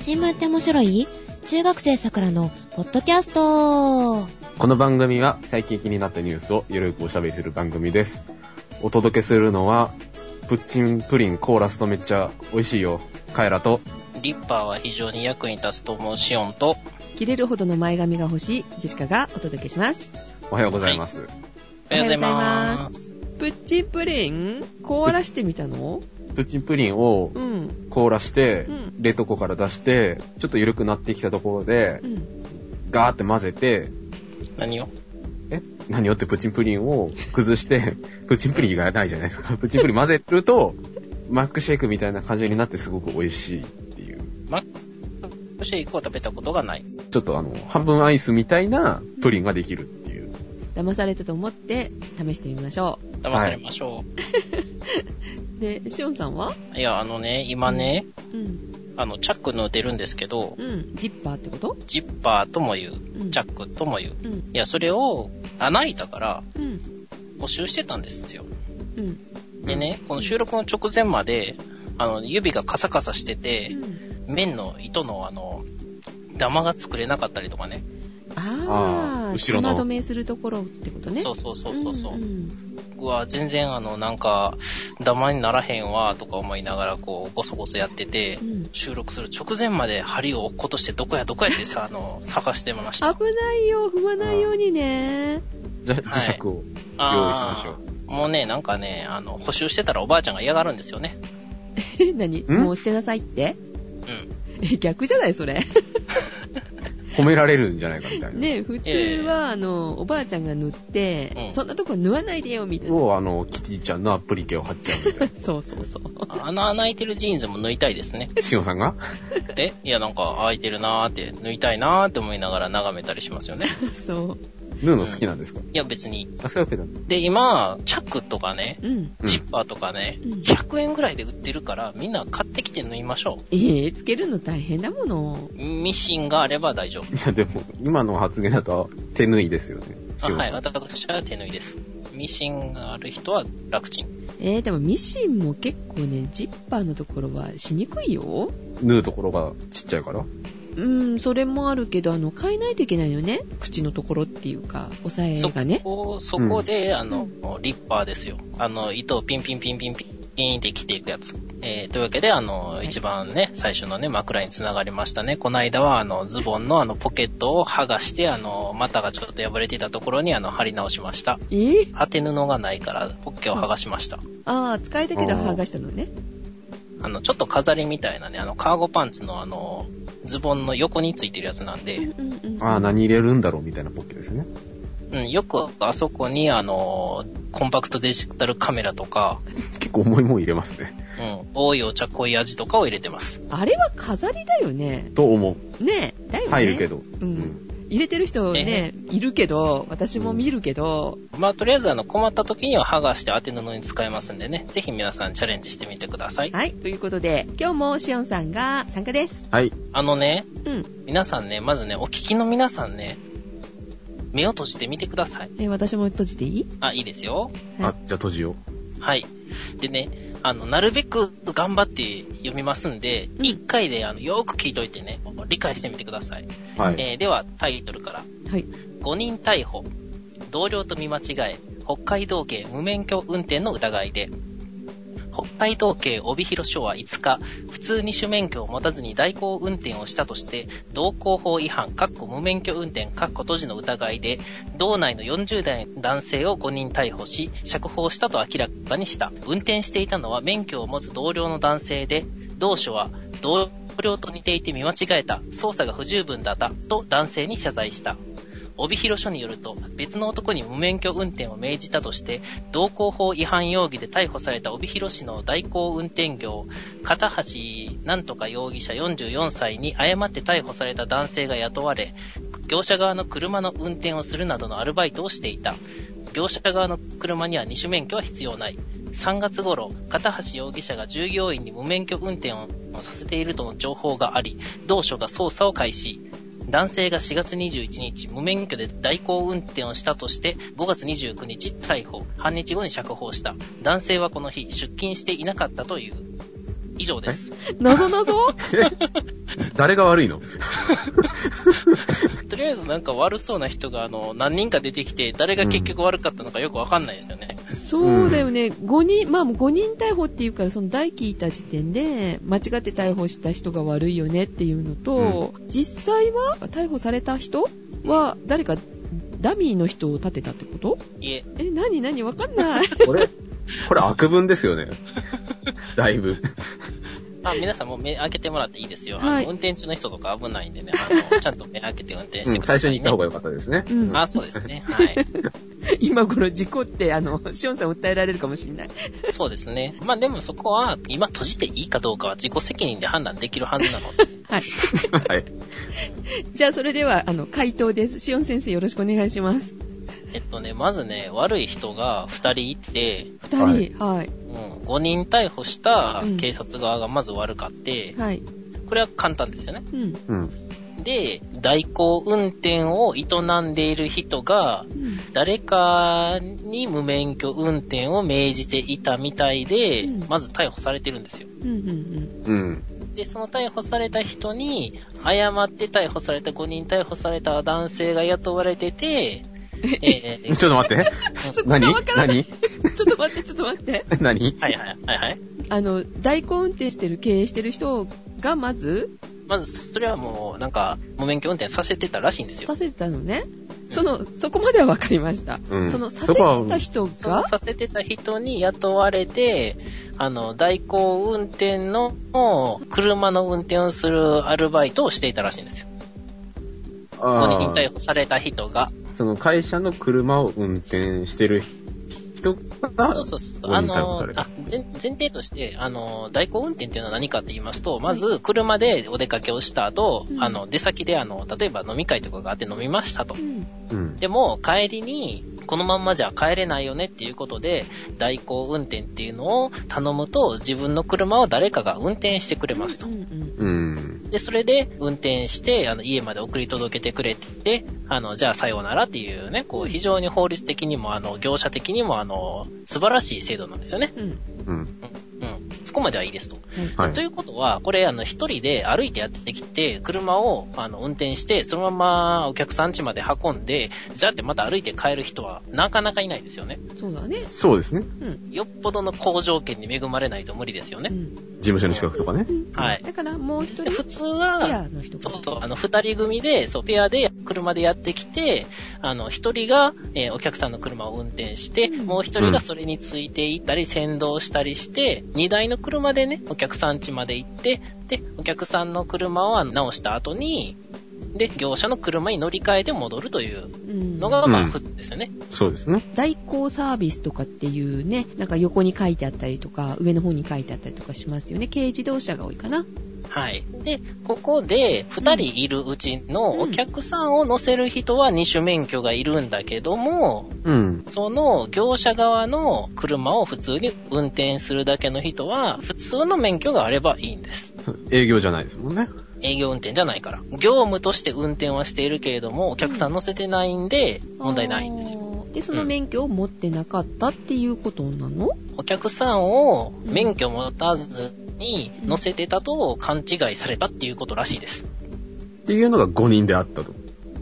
新聞って面白い中学生さくらのポッドキャストこの番組は最近気になったニュースをゆるくおしゃべりする番組です。お届けするのは、プッチンプリンコーラスとめっちゃ美味しいよ。カエラと、リッパーは非常に役に立つと思うシオンと、切れるほどの前髪が欲しいジェシカがお届けします。おはようございます。おはようございます。プッチプリン凍らしてみたのプッチンプリンをうん。凍らしてうん、冷凍庫から出して、ちょっと緩くなってきたところでう、ん。ガーって混ぜて、何をえ何よってプッチンプリンを崩 して、プッチンプリンがないじゃないですか。プッチンプリン混ぜると、マックシェイクみたいな感じになってすごく美味しいっていう。マックシェイクを食べたことがない。ちょっとあの、半分アイスみたいなプリンができるっていう。騙されたと思って試してみましょ騙されましょう。で、シオンさんはう。い、や、あのね、今ね、うん。あの、チャックの出るんですけど、うん。ジッパーってことジッパーとも言う、んチャックとも言う。うん。いや、それを、穴開いたから、うん。募集してたんですよ。うん。でね、この収録の直前まで、あの、指がカサカサしてて、面の糸のあの、ダマが作れなかったりとかね。ああーー、後ろの島止めするところってことね。そうそうそうそうそう。んん僕は全然あの、なんか、ダマにならへんわ、とか思いながら、こう、ごそごそやっててう、ん収録する直前まで針を落っことして、どこやどこやってさ、あの、探してまし危た。ないよ、踏まないようにね。じゃ、磁はい石を用意しまあしょう。ーもうね、なんかね、あの、補修してたらおばあちゃんが嫌がるんですよね。え、 何もう捨てなさいってうん。え、逆じゃないそれ。褒められるんじゃないかみたいな。ね普通は、あの、おばあちゃんが塗って、うんそんなとこ縫わないでよ、みたいな。を、あの、キティちゃんのアプリケを貼っちゃうみたいそうそうそう。穴開いてるジーンズも抜いたいです ね。な。しおさんがえいや、なんか、開いてるなーって、抜いたいなーって思いながら眺めたりしますよ ね。そ縫うの好きなんですかいや、別に。あ、そういうわけだ。で、今、チャックとかね、う。うん。うんジッパーとかね、うん100円ぐらいで売ってるから、みんな買ってきて縫いましょえー、つけるの大変だもの。う。ミシンがあれば大丈夫。いや、でも、今の発言だと、手縫いですよね。しおあさん。はい、私は手縫いです。ミシンがある人は楽ちん。えー、でもミシンも結構ね、ジッパーのところはしにくいよ。縫うところがちっちゃいから。うん、それもあるけど、あの、変えないといけないよね。口のところっていうか、押さえそがね。こ、そこで、あのうん、リッパーですよ。あの、糸をピンピンピンピンピン。ピンって切っていくやつ。えー、というわけで、あの、い一番ね、最初のね、枕につながりましたね。この間は、あの、ズボンのあの、ポケットを剥がして、あの、股がちょっと破れていたところに、あの、貼り直しました。えー、当て布がないから、ポッケを剥がしました。ああ、使いたけど剥がしたのね。あの、ちょっと飾りみたいなね、あの、カーゴパンツのあの、ズボンの横についてるやつなんで、うんうんうん。ああ、何入れるんだろうみたいなポッケですね。うん、よくあそこにあの、コンパクトデジタルカメラとか、結構重いもん入れますね。うん、多いお茶濃い味とかを入れてます。あれは飾りだよね。と思ねえ、だよう。ね。入るけど。う。うんん。入れてる人ね、いるけど、私も見るけど、まあ、とりあえずあの、困った時には剥がして当て布に使えますんでね、ぜひ皆さんチャレンジしてみてください。はい、ということで、今日もしおんさんが参加です。はい。あのね、うん。皆さんね、まずね、お聞きの皆さんね、目を閉じてみてください。え、私も閉じていいあ、いいですよ。あ、じゃあ閉じよはい。でね、あの、なるべく頑張って読みますんで、ん一回であの、よーく聞いといてね、理解してみてください。う。はい。えーでは、タイトルから。はい。 5人逮捕。同僚と見間違え、北海道警無免許運転の疑いで。北海道警帯広署は5日、普通に種免許を持たずに代行運転をしたとして、道交法違反、かっこ無免許運転、かっこ閉じの疑いで、道内の40代男性を5人逮捕し、釈放したと明らかにした。運転していたのは免許を持つ同僚の男性で、同署は同僚と似ていて見間違えた、捜査が不十分だった、と男性に謝罪した。帯広署によると、別の男に無免許運転を命じたとして、道交法違反容疑で逮捕された帯広市の代行運転業、片橋なんとか容疑者44歳に誤って逮捕された男性が雇われ、業者側の車の運転をするなどのアルバイトをしていた。業者側の車には二種免許は必要ない。3月頃、片橋容疑者が従業員に無免許運転をさせているとの情報があり、同署が捜査を開始。男性が4月21日、無免許で代行運転をしたとして、5月29日逮捕、半日後に釈放した。男性はこ の日、出勤していなかったという。以上です。なぞなぞ誰が悪いのとりあえずなんか悪そうな人があの何人か出てきて、誰が結局悪かったのかよくわかんないですよね。そうだよね、5人、まあもう5人逮捕っていうから、その代聞いた時点で、間違って逮捕した人が悪いよねっていうのと、実際は、逮捕された人は、誰か、ダミーの人を立てたってこといえ、え、なになにわかん ない。これ、これ悪文ですよね。だいぶ。あ、皆さんもう目開けてもらっていいですよ。はあいの運転中の人とか危ないんでね、 あの、ちゃんと目開けて運転してうんくだ最さ初い、に言ね。った方が良かったですね。うんあ、そうですね。はい。今頃事故って、あの、シオンさん訴えられるかもしんない。そうですね。まあでもそこは、今閉じていいかどうかは自己責任で判断できるはずなので。はい。はい。じゃあそれでは、あの、回答です。シオン先生よろしくお願いします。えっとね、まずね、悪い人が2人いて、二人、はい、うん、5人逮捕したうん警察側がまず悪かって、はい。これは簡単ですよね。うん。うん。で、代行運転を営んでいる人が、うん誰かに無免許運転を命じていたみたいでうん、まず逮捕されてるんですよ。うんうんうん。で、その逮捕された人に、誤って逮捕された、5人逮捕された男性が雇われてて、えちょっと待 って。ー何何うん。 ちょっと待って、ちょっと待って。何はいはいはいはい。あの、代行運転してる、経営してる人がまず、まず、それはもう、なんか、無免許運転させてたらしいんですよさ。せてたのね。その、そこまでは分かりました。うんその、させてた人そのが、させてた人に雇われて、あの、代行運転の、車の運転をするアルバイトをしていたらしいんですよ。5人逮捕された人が。その会社の車を運転してる人がそうそうそう。五あ人逮捕さのれ、たあ前前提として、あの、代行運転っていうのは何かって言いますと、まず、車でお出かけをした後、うんあの、出先で、あの、例えば飲み会とかがあって飲みましたとう。ん、うん。でも、帰りに、このまんまじゃ帰れないよねっていうことで、代行運転っていうのを頼むと、自分の車を誰かが運転してくれますとうん。うんうん。で、それで運転して、あの、家まで送り届けてくれて、あの、じゃあさようならっていうね、こう、非常に法律的にも、あの、業者的にも、あの、素晴らしい制度なんですよね。うん。うん。うん。うん。そこまではいいですと。はい。ということは、これ、あの、一人で歩いてやってきて、車を、あの、運転して、そのままお客さん家まで運んで、じゃあってまた歩いて帰る人は、なかなかいないですよね。そうだね。そうですね。うん。よっぽどの好条件に恵まれないと無理ですよね。事務所の近くとかねう。ん。はいだから、もう一で人、普通ペアは、の人そがう。そう、あの、二人組で、そう、ペアで、車でやってきて、あの、一人が、えーお客さんの車を運転して、うんもう一人がそれについていったり、先導したりして、二台の車でね、お客さん家まで行って、で、お客さんの車を直した後に、で、業者の車に乗り換えて戻るといううんのが、まうあ、ん普通ですよね。そうですね。代行サービスとかっていうね、なんか横に書いてあったりとか、上の方に書いてあったりとかしますよね。軽自動車が多いかな。はい。で、ここで、二人いるうちのお客さんを乗せる人は二種免許がいるんだけども、うん。その業者側の車を普通に運転するだけの人は、普通の免許があればいいんです。営業じゃないですもんね。営業運転じゃないから。業務として運転はしているけれども、お客さん乗せてないんで、問題ないんですよ。よ。で、その免許を持ってなかったっていうことなのお客さんを免許持たずに乗せてたと勘違いされたっていうことらしいです。っていうのが5人であったと。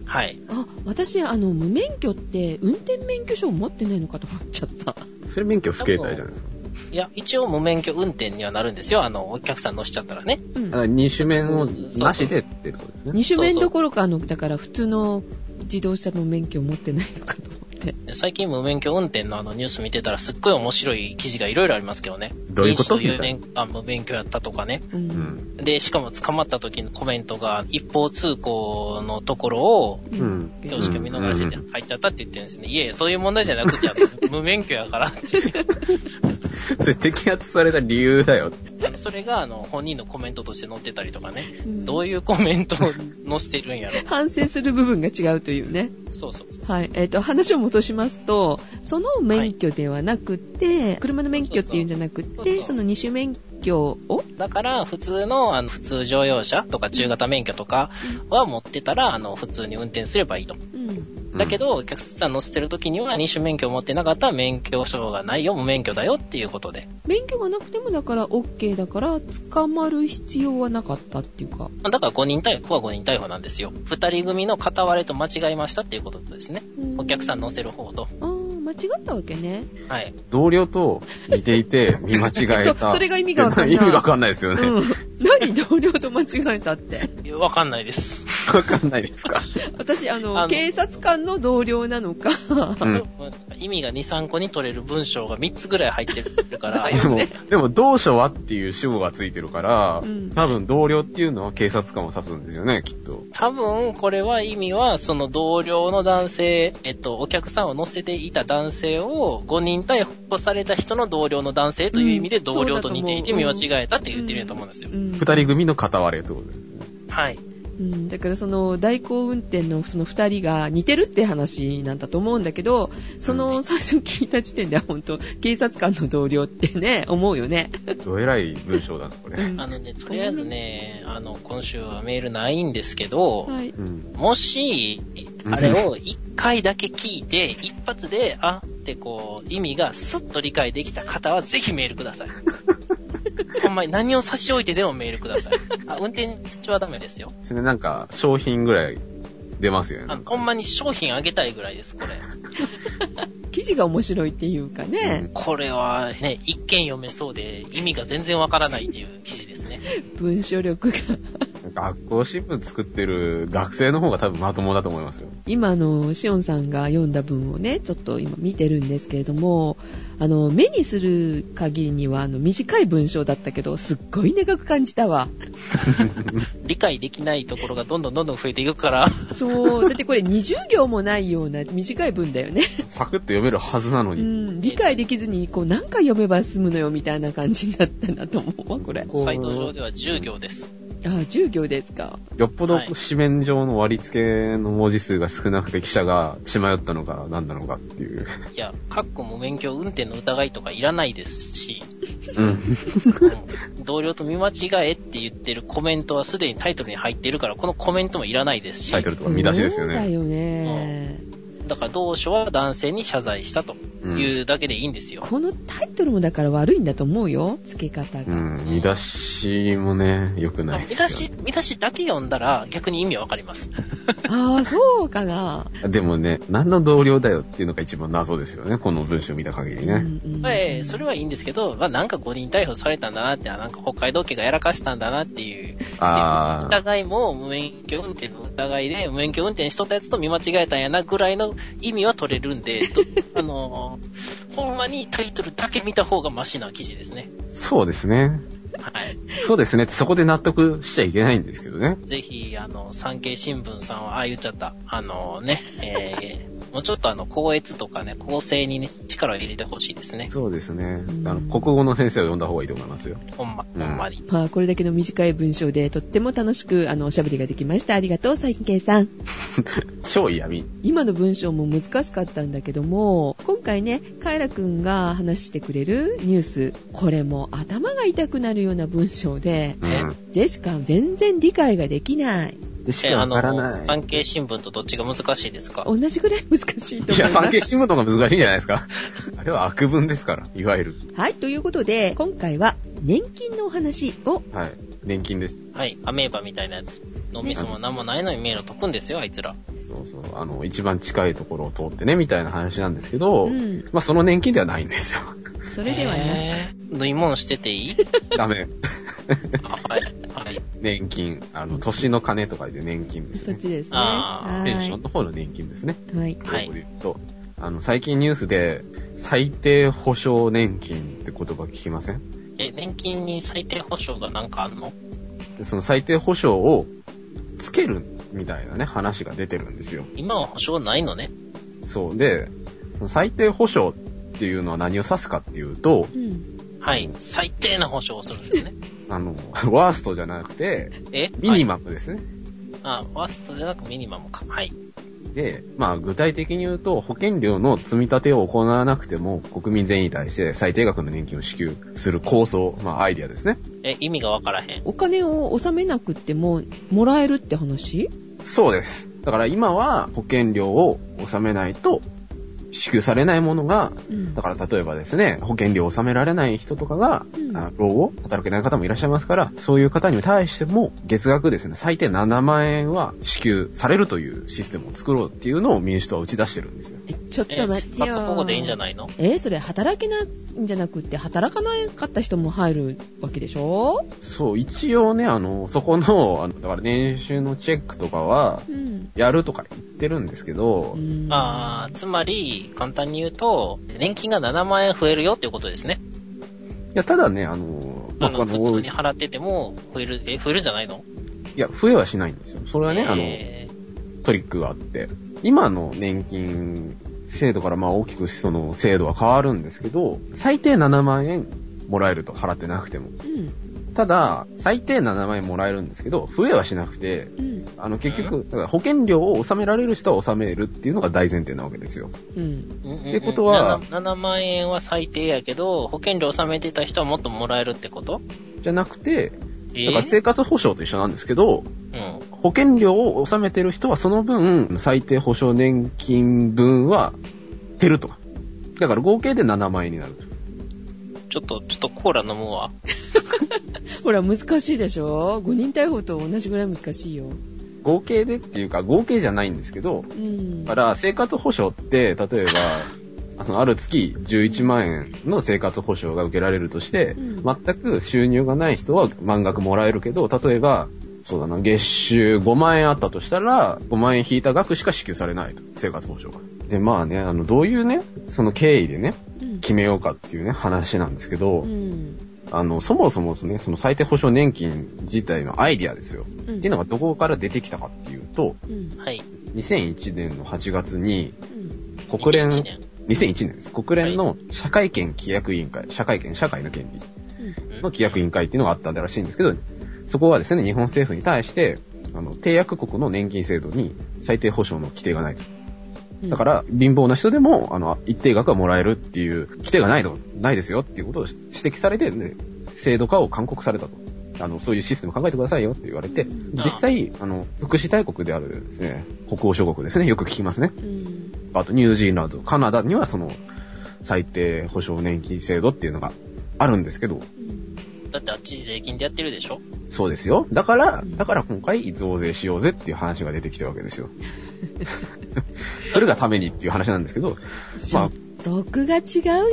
はい。あ、私、あの、無免許って、運転免許証を持ってないのかと思っちゃった。それ免許不携帯じゃないですか。いや、一応無免許運転にはなるんですよ。あの、お客さん乗せちゃったらね。うん。あ二種面をなしでってことですね。二種免どころか、あの、だから普通の自動車の免許を持ってないのかと思って。最近無免許運転のあのニュース見てたらすっごい面白い記事がいろいろありますけどね。どういうことみ24たい年間無免許やったとかね。う。な。うんん。で、しかも捕まった時のコメントが一方通行のところを、ううん標識を見逃しててう入っちゃったって言ってるんですね。いやいや、そういう問題じゃなくて、あの無免許やからっていう。それ摘発された理由だよ。あのそれが、あの、本人のコメントとして載ってたりとかね。うんどういうコメントを載せてるんやろ。反省する部分が違うというね。そうそうそう。はい。えっ、と、話を戻しますと、その免許ではなくて、車の免許っていうんじゃなくて、そそうそうの二種免許を、だから、普通の、あの、普通乗用車とか中型免許とかは持ってたら、あの、普通に運転すればいいと。うん。だけど、お客さん乗せてる時には、二種免許を持ってなかったら免許証がないよ、無免許だよっていうことで。免許がなくてもだから OK だから捕まる必要はなかったっていうかまあだから5人逮捕は5人逮捕なんですよ。2人組の片割れと間違えましたっていうことですね。お客さん乗せる方と。ああ間違ったわけねはい。同僚と似ていて見間違えた。 そそれが意味がわかんな い意味がわかんないですよね。わ、うん、 何同僚と間違えたっていやわかんないです。かんないですか。 私あのあの警察官の同僚なのかうん。 意味が2、3個に取れる文章が3つぐらい入ってるか らだ、でよもね、でも、同書はっていう主語がついてるから、うん多分同僚っていうのは警察官を指すんですよね、きっと。多分これは意味は、その同僚の男性、えっと、お客さんを乗せていた男性を5人逮捕された人の同僚の男性という意味でうんそうだ同僚と似ていてと見思う間違えたって言ってるんやと思うんですよう。ん二、人組の片割れってことです。はい。うん、だからその代行運転のその2人が似てるって話なんだと思うんだけどその最初聞いた時点では本当警察官の同僚ってね思うよね、どえらい文章だな、こうれ。んあのね、とりあえずね、あの、今週はメールないんですけど、はい、うん。もし、あれを一回だけ聞いて、一発で、あってこう、意味がスッと理解できた方は、ぜひメールくだ さい。ほんまに何を差し置いてでもメールください。あ、運転中はダメですよ。それでなんか、商品ぐらい出ますよね。あのほんまに商品あげたいぐらいです、 これ。 記事が面白いっていうかね、これはね、一見読めそうで、意味が全然わからないっていう記事ですね。文章力が学校新聞作ってる学生の方が多分まともだと思いますよ。今あのしおんさんが読んだ文をねちょっと今見てるんですけれどもあの目にする限りにはあの短い文章だったけどすっごい長く感じたわ理解できないところがどんどんどんどん増えていくから、そうだってこれ20行もないような短い文だよねサクッと読めるはずなのうに。ん、理解できずに、こう、何回読めば済むのよ、みたいな感じになったなと思うわ、これ。こうサイト上では10行です。あ、10行ですか。よっぽどはい紙面上の割り付けの文字数が少なくて記者が血迷ったのか何なのかっていう。いや、かっこ無免許運転の疑いとかいらないで すし、うん。うん同僚と見間違えって言ってるコメントはすでにタイトルに入ってるから、このコメントもいらないですし、タイトルとか見出しですよそうだね。よね。だから同書は男性に謝罪したというだけでいいんですよ。このタイトルもだから悪いんだと思うよ、付け方うが。ん。見出しもね、良くない見で出すよし、見出しだけ読んだら逆に意味わかります。ああ、そうかな。ね。でもね、何の同僚だよっていうのが一番謎ですよね。この文章見た限りね。ええそれはいいんですけど、まあ、なんか5人逮捕されたんだなって、あなんか北海道警がやらかしたんだなっていう、あー。疑いも無免許運転の疑いで、無免許運転しとったやつと見間違えたんやなぐらいの意味は取れる んで、とあのーほんまにタイトルだけ見た方がマシな記事ですね。そうですね。はい。そうですねってそこで納得しちゃいけないんですけどね。ぜひ、あの、産経新聞さんは、ああ言っちゃった。あのね、えー、もうちょっとあの、校閲とかね、構成にね、力を入れてほしいですね。そうですね。うんあの、国語の先生を呼んだ方がいいと思いますよ。ほんま、ほんまに。まあ、これだけの短い文章で、とっても楽しく、あの、おしゃべりができました。ありがとう、サイケイさん。超嫌味。今の文章も難しかったんだけども今回ねカエラくんが話してくれるニュースこれも頭が痛くなるような文章でうん。ジェシカは全然理解ができないでしえーかあわからの、ない。産経新聞とどっちが難しいですか同じぐらい難しいとい思や、いま産経す新聞の方が難しいんじゃないですか。あれは悪文ですから、いわゆる。はいということで今回は年金のお話をはい。年金です。はい、アメーバみたいなやつ。脳みそも何もないのに迷路解くんですよ、あいつら。そうそう。あの、一番近いところを通ってね、みたいな話なんですけど、うんまあ、その年金ではないんですよ。 それではねえー縫い物してて いいダメ。はい。はい。年金。あの、年の金とかで年金ですそっね。ちですねあはーペンションいの方の年金ですね。はいはいとうことで言うと、あの、最近ニュースで、最低保障年金って言葉聞きませんえ、年金に最低保障がなんかあんのでその最低保障をつけるみたいなね、話が出てるんですよ。今は保障ないのね。そう。で、その最低保障っていうのは何を指すかっていうと、うんはい。最低な保障をするん ですね。あの、ワーストじゃなくて、えミニママムですね。ム。あ、ワーストじゃなくミニマムか。はい。で、まあ具体的に言うと、保険料の積み立てを行わなくても、国民全員に対して最低額の年金を支給する構想、まあアイディアですね。え、意味がわからへん。お金を納めなくってももらえるって話そうです。だから今は保険料を納めないと支給されないものが、うんだから例えばですね、保険料を納められない人とかが、うんあ老後、働けない方もいらっしゃいますから、そういう方に対しても月額ですね、最低7万円は支給されるというシステムを作ろうっていうのを民主党は打ち出してるんですよ。えちょっえとー、待っ出てよ。発保護でいいんじゃないのえーそれ働けないんじゃなくって、働かなかった人も入るわけでしょそう、一応ね、あの、そこの、あのだから年収のチェックとかは、うん。やるとか言ってるんですけど、あーつまり、簡単に言うと、年金が7万円増えるよっていうことですね。いや、ただね、あの、まああ、のこ普の通いに払ってても、増える、え、増えるんじゃないのや、増えはしないんですよ。それはね、あの、えートリックがあって。今の年金制度から、まあ、大きくその制度は変わるんですけど、最低7万円もらえると、払ってなくても。うん。ただ、最低7万円もらえるんですけど、増えはしなくて、うん。あの、結局、だから保険料を納められる人は納めるっていうのが大前提なわけですよ。うん。うんうんうんってことは7 7万円は最低やけど、保険料納めてた人はもっともらえるってことじゃなくて、えだから生活保障と一緒なんですけど、うん。保険料を納めてる人はその分、最低保障年金分は減ると。だから合計で7万円になると。ちょっと、ちょっとコーラ飲むわ。ほら、難しいでしょ ?5 人逮捕と同じぐらい難しいよ。合計でっていうか、合計じゃないんですけど、うん。だから生活保障って、例えば、あのある月11万円の生活保障が受けられるとして、うん全く収入がない人は満額もらえるけど、例えば、そうだな、月収5万円あったとしたら、5万円引いた額しか支給されないと、生活保障が。で、まあね、あの、どういうね、その経緯でね、うん、決めようかっていうね、話なんですけど、うん。あの、そもそもですね、その最低保障年金自体のアイディアですよ。うん。っていうのがどこから出てきたかっていうと、うん。はい。 2001年の8月に、うん。国連、 2001 2001年です。国連の社会権規約委員会、社会権、社会の権利うんの規約委員会っていうのがあったんだらしいんですけど、そこはですね、日本政府に対して、あの、締約国の年金制度に最低保障の規定がないと。うんだか、ら、貧乏な人でも、あの、一定額はもらえるっていう規定がないと、ないですよっていうことを指摘されて、ね、制度化を勧告されたと。あの、そういうシステム考えてくださいよって言われて、うん実際、あの、福祉大国であるですね、北欧諸国ですね、よく聞きますね。うん。あと、ニュージーランド、カナダにはその、最低保障年金制度っていうのがあるんですけど、うんだってあっち税金でやってるでしょそうですよ。だからう、んだから今回増税しようぜっていう話が出てきたわけですよ。それがためにっていう話なんですけど、ちまょあっ、と得が違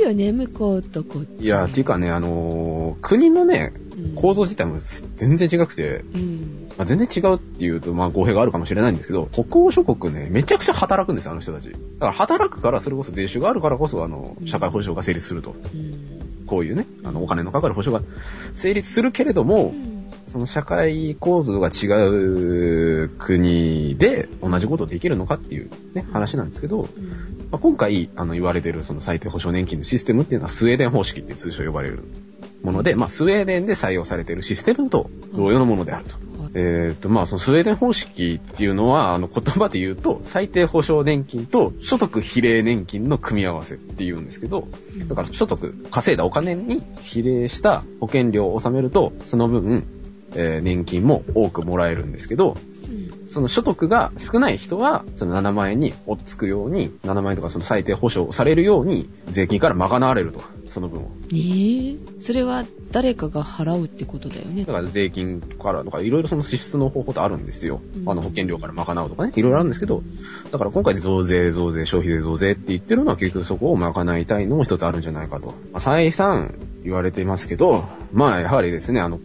うよね、向こうとこっち。いや、っていうかね、あのー国のね、うん構造自体も全然違くて、うん。まあ、全然違うっていうと、まあ、語弊があるかもしれないんですけど、北欧諸国ね、めちゃくちゃ働くんですよ、あの人たち。だから働くから、それこそ税収があるからこそ、あの、社会保障が成立すると。うん。こういうね、あの、お金のかかる保障が成立するけれども、その社会構造が違う国で同じことできるのかっていうね、話なんですけど、うんまあ、今回、あの、言われてるその最低保障年金のシステムっていうのはスウェーデン方式って通称呼ばれるもので、まあ、スウェーデンで採用されてるシステムと同様のものであると。えっと、まあ、そのスウェーデン方式っていうのは、あの、言葉で言うと、最低保障年金と所得比例年金の組み合わせっていうんですけど、だから所得、稼いだお金に比例した保険料を納めると、その分、えー年金も多くもらえるんですけど、うんその所得が少ない人は、その7万円に追っつくように、7万円とかその最低保障されるように、税金から賄われると、その分を。えーそれは誰かが払うってことだよねだ。から税金からとか、いろいろその支出の方法ってあるんですよ。うんあの保険料から賄うとかね、いろいろあるんですけど、だから今回増税、増税、消費税、増税って言ってるのは結局そこを賄いたいのも一つあるんじゃないかと。まあ再三言われていますけど、まあやはりですね、あの、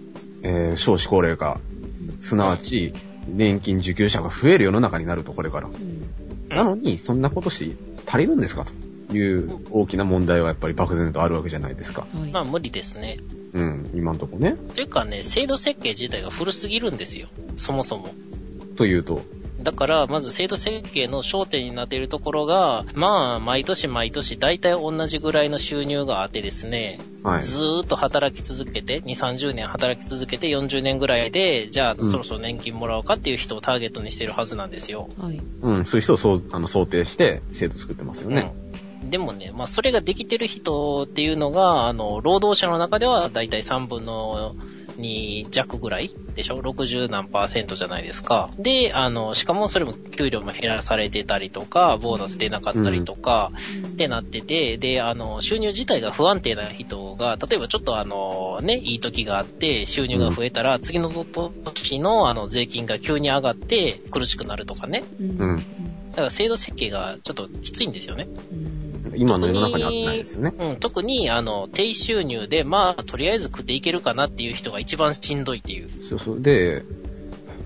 えー少子高齢化、すなわち年金受給者が増える世の中になると、これから。うんなのに、そんなことして足りるんですかという大きな問題はやっぱり漠然とあるわけじゃないですか。はいまあ無理ですね。うん、今んとこね。というかね、制度設計自体が古すぎるんですよ。そもそも。というと、だから、まず制度設計の焦点になっているところが、まあ、毎年毎年、大体同じぐらいの収入があってですね、はい。ずーっと働き続けて、2、30年働き続けて、40年ぐらいで、じゃあ、うんそろそろ年金もらおうかっていう人をターゲットにしてるはずなんですよ。はい。うん、そういう人をそうあの想定して制度作ってますよね。うんでもね、まあ、それができてる人っていうのが、あの、労働者の中では、だいたい3分のに弱ぐらいでしょ ?60 何パーセントじゃないですか。で、あの、しかもそれも給料も減らされてたりとか、ボーナス出なかったりとか、ってなってて、で、あの、収入自体が不安定な人が、例えばちょっとあの、ね、いい時があって、収入が増えたら、次の時のあの、税金が急に上がって苦しくなるとかね。ううんん。だから制度設計がちょっときついんですよね。今の世の中にはないですよね。うん、特に、あの、低収入で、まあ、とりあえず食っていけるかなっていう人が一番しんどいっていう。そうそう。で、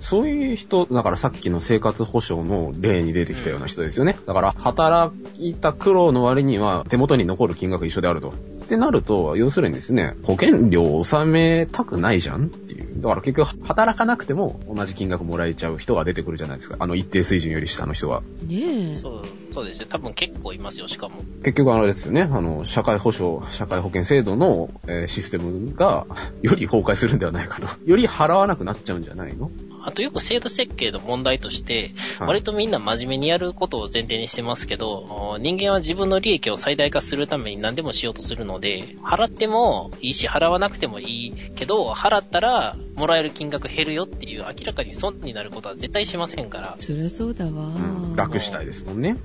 そういう人、だからさっきの生活保障の例に出てきたような人ですよね。だから、働いた苦労の割には手元に残る金額一緒であると。ってなると、要するにですね、保険料を納めたくないじゃんっていう。だから結局、働かなくても同じ金額もらえちゃう人が出てくるじゃないですか。あの一定水準より下の人は。ねえ。そう、そうですよ。多分結構いますよ、しかも。結局あれですよね、あの、社会保障、社会保険制度の、えーシステムが、より崩壊するんではないかと。より払わなくなっちゃうんじゃないのあとよく制度設計の問題として、はい割とみんな真面目にやることを前提にしてますけど、人間は自分の利益を最大化するために何でもしようとするので、払ってもいいし、払わなくてもいいけど、払ったらもらえる金額減るよっていう、明らかに損になることは絶対しませんから。そりゃそうだわう。ん、楽したいですもんね。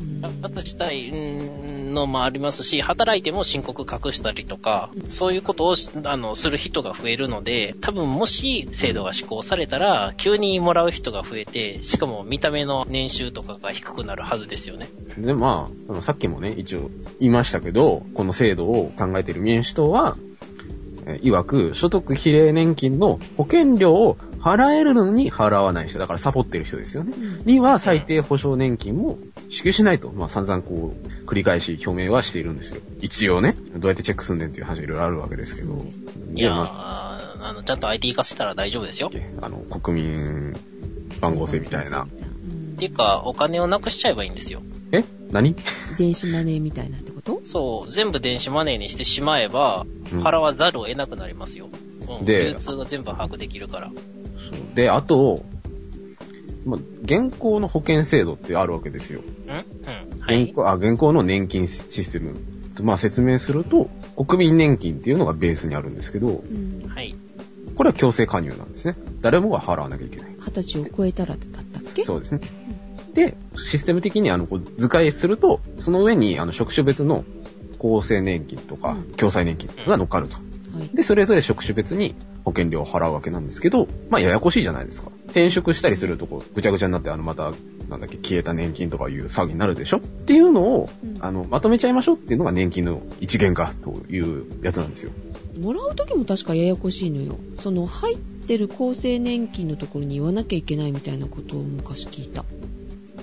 うん。隠したいのもありますし、働いても申告隠したりとか、そういうことをしあのする人が増えるので、多分もし制度が施行されたら、急にもらう人が増えて、しかも見た目の年収とかが低くなるはずですよね。で、まああの、さっきもね、一応言いましたけど、この制度を考えている民主党は、えー曰く、所得比例年金の保険料を払えるのに払わない人、だからサボってる人ですよね。には最低保障年金も支給しないと、まあ散々こう、繰り返し表明はしているんですよ。一応ね、どうやってチェックすんねんっていう話がいろいろあるわけですけそうどで。すいやー、まああのちゃんと IT 化したら大丈夫ですよ。っあの、国民番号制みたいな。うんていうか、お金をなくしちゃえばいいんですよ。え何電子マネーみたいなってことそう、全部電子マネーにしてしまえば、うん払わざるを得なくなりますよ。うん、で流通が全部把握できるから。そうで、あと、まあ、現行の保険制度ってあるわけですよ。んうん。はい現。行あ現行の年金システム。まあ、説明すると、国民年金っていうのがベースにあるんですけど、うん。はい。これは強制加入なんですね。誰もが払わなきゃいけない。二十歳を超えたらだったっけそうですね。で、システム的にあのこう図解すると、その上にあの職種別の厚生年金とかうん、共済年金が乗っかると。はい。で、それぞれ職種別に保険料を払うわけなんですけど、まあ、ややこしいじゃないですか。転職したりするとこう、ぐちゃぐちゃになって、あの、また、なんだっけ、消えた年金とかいう騒ぎになるでしょっていうのを、うんあの、まとめちゃいましょうっていうのが年金の一元化というやつなんですよ。もらう時も確かややこしいのよその入ってる厚生年金のところに言わなきゃいけないみたいなことを昔聞いた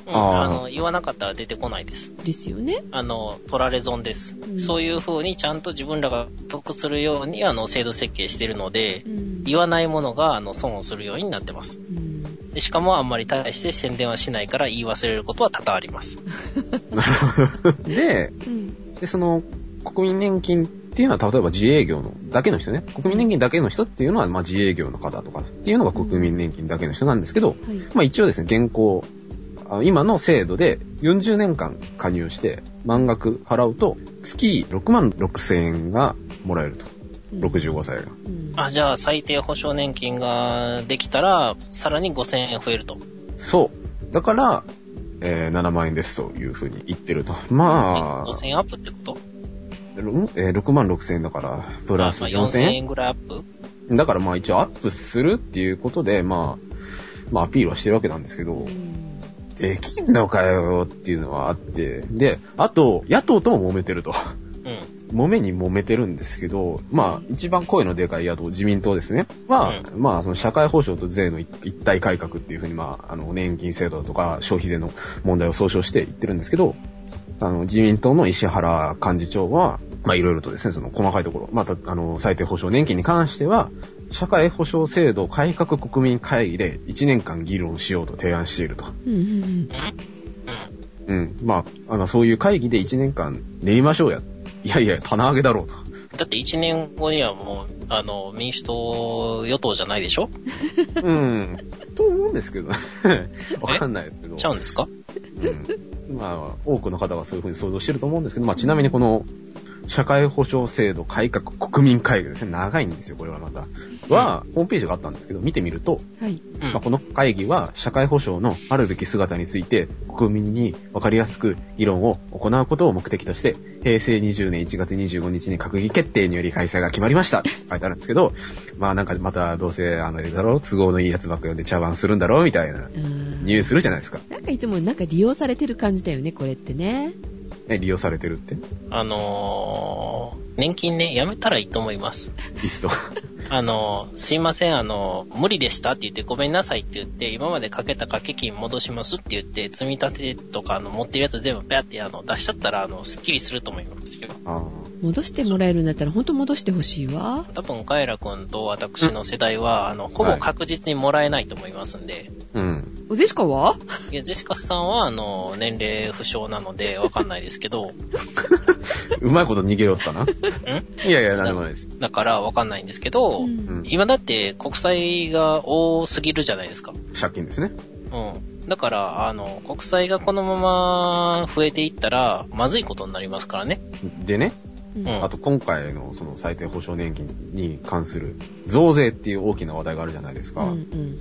うん、あーあの、言わなかったら出てこないです。ですよねあの、取られ損です。うんそういう風にちゃんと自分らが得するように、あの、制度設計してるのでう、ん、言わないものが、あの、損をするようになってます。うんでしかもあんまり対して宣伝はしないから言い忘れることは多々あります。 で、うんで、その、国民年金っていうのは、例えば自営業の、だけの人ね。国民年金だけの人っていうのは、まあ、自営業の方とかっていうのが国民年金だけの人なんですけど、はいまあ一応ですね、現行、あの今の制度で40年間加入して満額払うと、月6万6千円がもらえると。うん65歳が。うんあ、じゃあ、最低保障年金ができたら、さらに5000円増えると。そう。だから、えー7万円ですというふうに言ってると。まあ、 5000円アップってことろえー6万6千円だから、プラスまあ4 4000千円円ぐらいアップだからまあ一応アップするっていうことで、まあ、まあアピールはしてるわけなんですけど、うんできんのかよっていうのはあって、で、あと、野党とも揉めてると。うん。揉めに揉めてるんですけど、まあ、一番声のでかい野党、自民党ですね。は、まあ、その社会保障と税の一一体改革っていうふうに、まあ、あの、年金制度だとか、消費税の問題を総称して言ってるんですけど、あの、自民党の石原幹事長は、まあ、いろいろとですね、その細かいところ、また、あの、最低保障年金に関しては、社会保障制度改革国民会議で1年間議論しようと提案していると。うんうんううんん。まあ、あの、そういう会議で1年間練りましょうや。いやいや、棚上げだろうと。だって1年後にはもう、あの、民主党与党じゃないでしょうん。と思うんですけど ね。わかんないですけど。ちゃうんですかうん。まあ、多くの方がそういうふうに想像してると思うんですけど、まあ、ちなみにこの、社会保障制度改革国民会議ですね。長いんですよ、これはまた。は、ホームページがあったんですけど、見てみると、はい。うんまあ、この会議は社会保障のあるべき姿について国民に分かりやすく議論を行うことを目的として平成20年1月25日に閣議決定により開催が決まりましたって書いてあるんですけどまあなんかまたどうせあのあれだろう都合のいいやつばっか呼んで茶番するんだろうみたいなな匂いするじゃないですか、んかいつもなんか利用されてる感じだよね、これってね。ね、利用されてるってあのー、年金ね、やめたらいいと思います。リ ストあのー、すいません、あのー、無理でしたって言って、ごめんなさいって言って、今までかけた掛け金戻しますって言って、積み立てとか、あの、持ってるやつ全部ペアって、あの、出しちゃったら、あの、スッキリすると思いますよ。ああ戻してもらえるんだったら、ほんと戻してほしいわ。多分、カエラ君と私の世代は、あの、ほぼ確実にもらえないと思いますんで。うんおジェシカはいや、ジェシカさんは、あの、年齢不詳なので、わかんないですけど、 うまいこと逃げよったなんいやいや何でもないですだからわかんないんですけど、うん今だって国債が多すぎるじゃないですか。借金ですねうん。だから、あの、国債がこのまま増えていったら、まずいことになりますからね。でねうんうんあと今回のその最低保障年金に関する増税っていう大きな話題があるじゃないですか。ううん。ん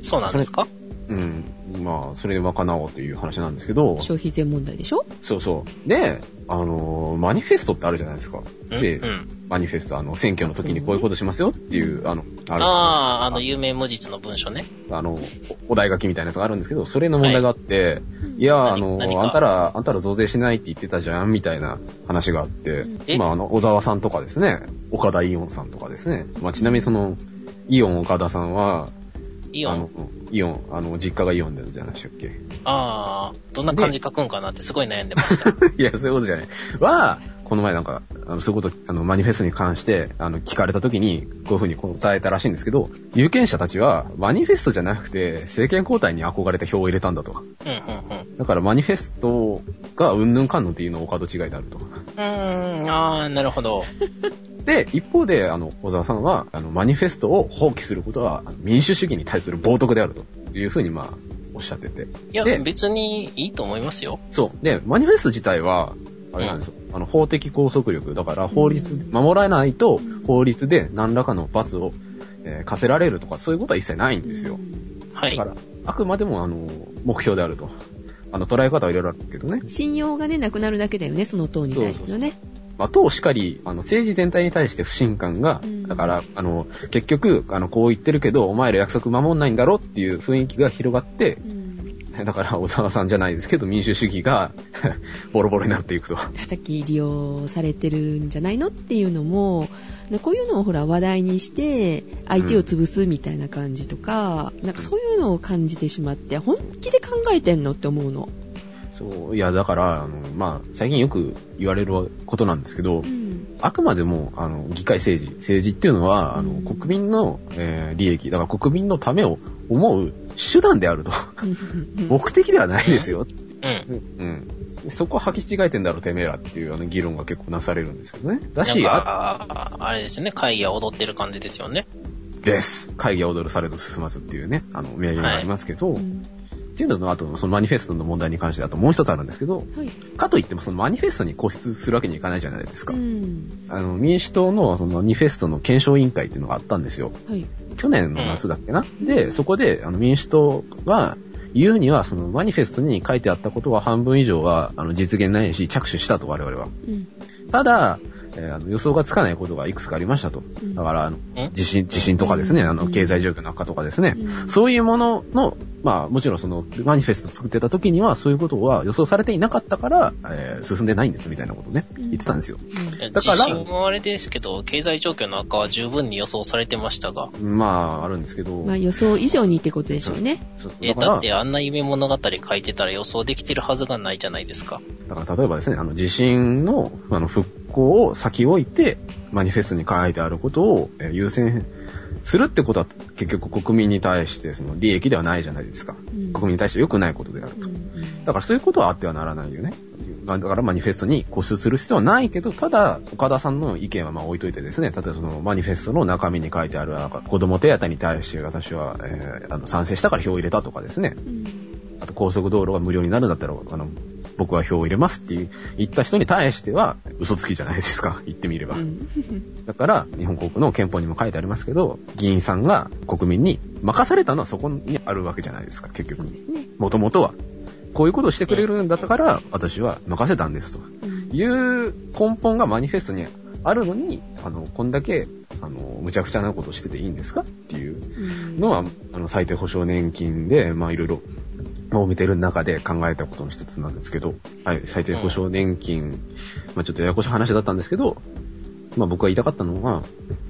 そうなんですかまあ、それで賄おうという話なんですけどうん、、消費税問題でしょそうそう。で、あのー、マニフェストってあるじゃないですか。うんうで、ん。マニフェスト、あの、選挙の時にこういうことしますよっていう、あの、あるああ、あの、有名無実の文書ね。あの、おお題書きみたいなやつがあるんですけど、それの問題があって、い、や、あの何、かあんたら、あんたら増税しないって言ってたじゃん、みたいな話があってうん、えまあ、あの、小沢さんとかですね、岡田イオンさんとかですね、まあ、ちなみにその、イオン岡田さんは、イオあンの。、イオン、あの、実家がイオンなんじゃないでしたっけああ、どんな漢字書くんかなってすごい悩んでました。 いや、そういうことじゃない。は、この前なんか、あの、そういうこと、あの、マニフェストに関して、あの、聞かれた時に、こういうふうに答えたらしいんですけど、有権者たちは、マニフェストじゃなくて、政権交代に憧れて票を入れたんだと。うん、うん、うん。だからマニフェストがうんぬんかんぬんっていうのをお門違いであると。うーん、ああ、なるほど。で、一方で、あの、小沢さんは、あの、マニフェストを放棄することはあの民主主義に対する冒涜であるというふうに、まあ、おっしゃってて。いや、で別にいいと思いますよ。そう。で、マニフェスト自体は、あれなんですよ。あの、法的拘束力。だから、法律、守らないと、法律で何らかの罰を、えー課せられるとか、そういうことは一切ないんですよ。はだいか。ら、あくまでも、あの、目標であると。あの、捉え方はいろいろあるけどね。信用がね、なくなるだけだよね、その党に対してのね。まあ、党しかり、あの、政治全体に対して不信感がう、んだから、あの、結局、あの、こう言ってるけど、お前ら約束守んないんだろっていう雰囲気が広がって、うんだから、小沢さんじゃないですけど、民主主義が、 ボロボロになっていくと。さっき利用されてるんじゃないのっていうのも、なこういうのをほら話題にして、相手を潰すみたいな感じとか、なんかそういうのを感じてしまって、本気で考えてんのって思うの。そう、いや、だから、あの、まあ、最近よく言われることなんですけど、あくまでも、あの、議会政治、政治っていうのは、あの、うん国民の、えー利益、だから国民のためを思う手段であると。目的ではないですようん。うん。そこ履き違えてんだろ、てめえらっていうあの議論が結構なされるんですけどね。だなんし、あか、ああれですよね、会議は踊ってる感じですよね。です。会議は踊るされど進まずっていうね、あの、名言がありますけど、うんっていうのと、あと、そのマニフェストの問題に関して、あともう一つあるんですけど、はい。かといってもそのマニフェストに固執するわけにいかないじゃないですか。うん。あの、民主党のそのマニフェストの検証委員会っていうのがあったんですよ。はい。去年の夏だっけな。で、そこで、あの、民主党が、言うには、その、マニフェストに書いてあったことは半分以上は、あの、実現ないし、着手したと、我々は。うん。ただ、えーあの予想がつかないことがいくつかありましたと。だから、あのえ地震、地震とかですね、うんあの、経済状況の悪化とかですね。うんそういうものの、まあ、もちろんその、マニフェスト作ってた時には、そういうことは予想されていなかったから、えー進んでないんです、みたいなことをね、うん言ってたんですよ。いやだから地震もあれですけど、経済状況の悪化は十分に予想されてましたが、まあ、あるんですけど、まあ予想以上にってことでしょうね。そうえだかだらっ、てあんな夢物語書いてたら予想できてるはずがないじゃないですか。だから例えばですね、あの、地震の、あの、復興を先置いて、マニフェストに書いてあることをえー優先するってことは、結局国民に対して、その、利益ではないじゃないですか。うん国民に対して良くないことであると。だからそういうことはあってはならないよね。だからマニフェストに固執する必要はないけど、ただ、岡田さんの意見はまあ置いといてですね、例えばそのマニフェストの中身に書いてある、なんか子供手当に対して私は、えーあの賛成したから票を入れたとかですね、うんあと高速道路が無料になるんだったら、あの、僕は票を入れますって言った人に対しては、嘘つきじゃないですか、 言ってみれば。うんだから、日本国の憲法にも書いてありますけど、議員さんが国民に任されたのはそこにあるわけじゃないですか、結そう局で。すね。もともとは。こういうことをしてくれるんだったから、私は任せたんですと。うんいう根本がマニフェストにあるのに、あの、こんだけ、あの、むちゃくちゃなことしてていいんですかっていうのは、あの、最低保障年金で、まあ、いろいろ、を見てる中で考えたことの一つなんですけど、はい、最低保障年金、まあ、ちょっとややこしい話だったんですけど、まあ、僕が言いたかったのは、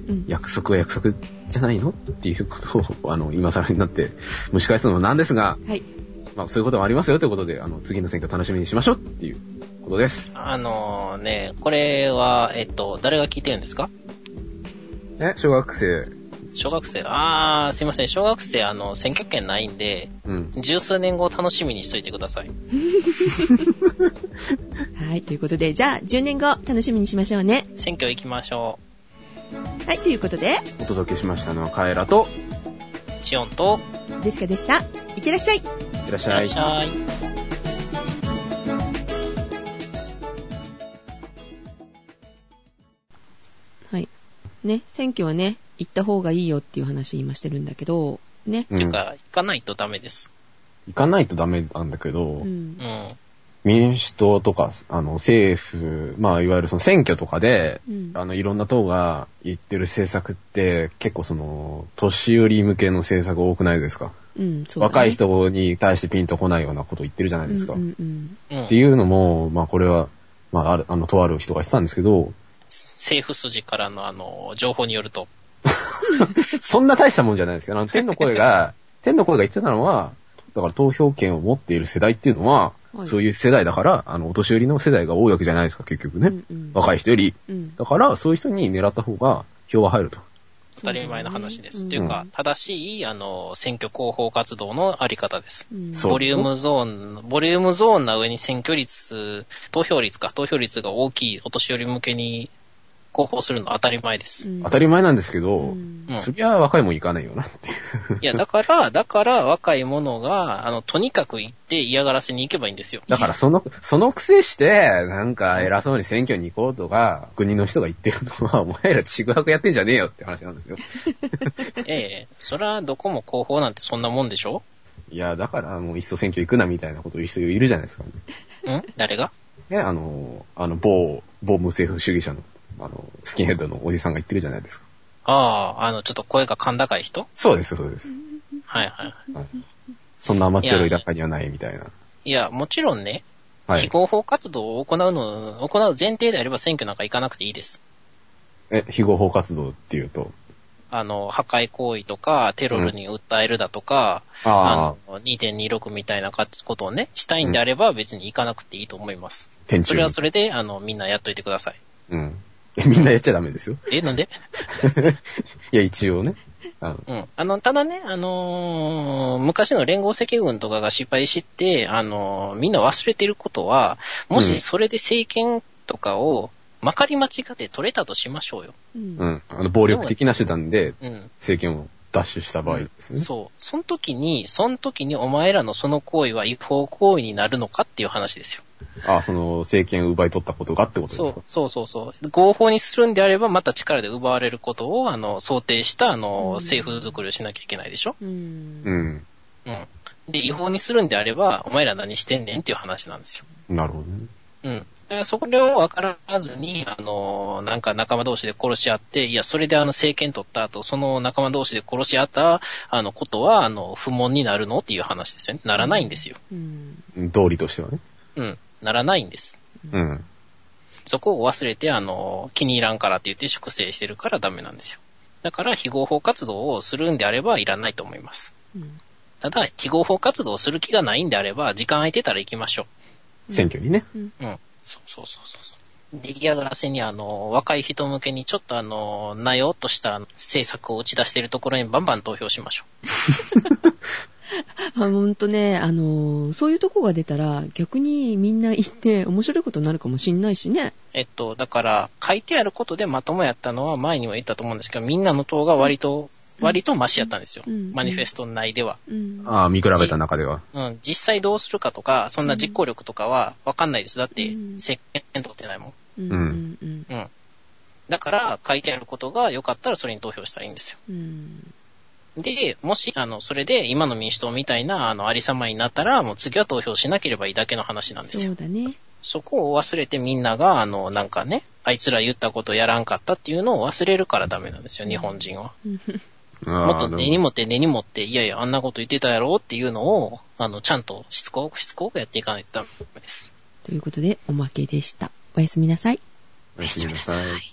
うん約束は約束じゃないのっていうことを、あの、今更になって蒸し返すのもなんですが、はい。まあ、そういうこともありますよということで、あの、次の選挙楽しみにしましょうっていうことです。あのね、これは、えっと、誰が聞いてるんですかえ、小学生。小学生。あー、すいません。小学生、あの、選挙権ないんで、うん。十数年後を楽しみにしといてください。はい。ということで、じゃあ、10年後、楽しみにしましょうね。選挙行きましょはい。ということで、お届けしましたのはカエラと、う。シオンと、ジェシカでした。いってらっしゃい。いらっしいゃらっい。しゃい。はい。ね、選挙はね、行った方がいいよっていう話今してるんだけど、ね。うんてか、行かないとダメです。行かないとダメなんだけど、うう。んん。民主党とか、あの、政府、まあ、いわゆるその選挙とかで、うんあの、いろんな党が言ってる政策って、結構その、年寄り向けの政策多くないですか、うん、そうだね若い人に対してピンとこないようなこと言ってるじゃないですか。うんうんうんうん。っていうのも、まあ、これは、まあ、ある、あの、とある人が言ってたんですけ ど、政府筋からの、あの、情報によると。そんな大したもんじゃないですけど、あの天の声が、 天の声が言ってたのは、だから投票権を持っている世代っていうのは、はいそういう世代だから、あの、お年寄りの世代が多いわけじゃないですか、結局ね。うんうん若い人より。うんだから、そういう人に狙った方が票は入ると。当たり前の話です。そとうだいねうか、正しい、あの、選挙広報活動のあり方です。うんそうボリュームゾーン、ボリュームゾーンな上に選挙率、投票率か、投票率が大きいお年寄り向けに広報するのは当たり前です。うん当たり前なんですけど、うんうんそりゃ若いもんいかないよなって。いや、だから、だから若い者が、あの、とにかく行って嫌がらせに行けばいいんですよ。だから、その、その癖して、なんか偉そうに選挙に行こうとか、国の人が言ってるのは、お前らちぐはぐやってんじゃねえよって話なんですよ。ええ、そら、どこも広報なんてそんなもんでしょいや、だから、もういっそ選挙行くなみたいなこと言う人いるじゃないですか、ね。ん誰がね、あの、あの、某、某無政府主義者の、あの、スキンヘッドのおじさんが言ってるじゃないですか。ああ、あの、ちょっと声が甲高い人そうです、そうです。はいはい。はい、そんな甘っちょろい中にはないみたいな。いや、もちろんね、は非い。合法活動を行うの、行う前提であれば選挙なんか行かなくていいです。え、非合法活動っていうと。あの、破壊行為とか、テロルに訴えるだとか、あああ、の、2.26みたいなことをね、したいんであれば別に行かなくていいと思います。天そ中れはそれで、あの、みんなやっといてください。うん。 えみんなやっちゃダメですよ。 え、なんでいや、一応ね。あのうん。あの、ただね、あのー昔の連合赤軍とかが失敗して、あのーみんな忘れてることは、もうんしそれで政権とかを、まかり間違って取れたとしましょうよ。うんうん。あの、暴力的な手段でうん。政権を奪取した場合ですね。そう。その時に、その時にお前らのその行為は違法行為になるのかっていう話ですよ。ああ、その、政権を奪い取ったことがってことですかそう、そうそうそう。合法にするんであれば、また力で奪われることを、あの、想定した、あの、うん政府作りをしなきゃいけないでしょううんん。うん。で、違法にするんであれば、お前ら何してんねんっていう話なんですよ。なるほどね。うん。だからそこを分からずに、あの、なんか仲間同士で殺し合って、いや、それであの政権取った後、その仲間同士で殺し合った、あの、ことは、あの、不問になるのっていう話ですよね。ならないんですよ。うんうん道理としてはね。うん。ならないんです。うん。そこを忘れて、あの、気に入らんからって言って粛清してるからダメなんですよ。だから、非合法活動をするんであれば、いらないと思います。うんただ、非合法活動をする気がないんであれば、時間空いてたら行きましょう。選挙にね。うん。そうそうそうそうそう。で、嫌がらせに、あの、若い人向けに、ちょっとあの、なよっとしたあの政策を打ち出しているところにバンバン投票しましょあほんとね、あのーそういうとこが出たら、逆にみんな行って面白いことになるかもしんないしね。う。えっと、だから、書いてあることでまともやったのは前にも言ったと思うんですけど、みんなの党が割と割とマシやったんですよ。うんマニフェスト内では。うん。ああ、見比べた中では。うん、実際どうするかとか、そんな実行力とかはわかんないです。だってう、ん石鹸取ってないもん。うん。うん。うん。だから、書いてあることが良かったらそれに投票したらいいんですよ。うん。で、もし、あの、それで今の民主党みたいな、あの、ありさまになったら、もう次は投票しなければいいだけの話なんですそよ。うだね。そこを忘れてみんなが、あの、なんかね、あいつら言ったことやらんかったっていうのを忘れるからダメなんですよ、日本人は。 ももっと根に持って根に持って、いやいや、あんなこと言ってたやろっていうのを、あの、ちゃんとしつこくしつこくやっていかないとダメです。ということで、おまけでした。おやすみなさい。おやすみなさい。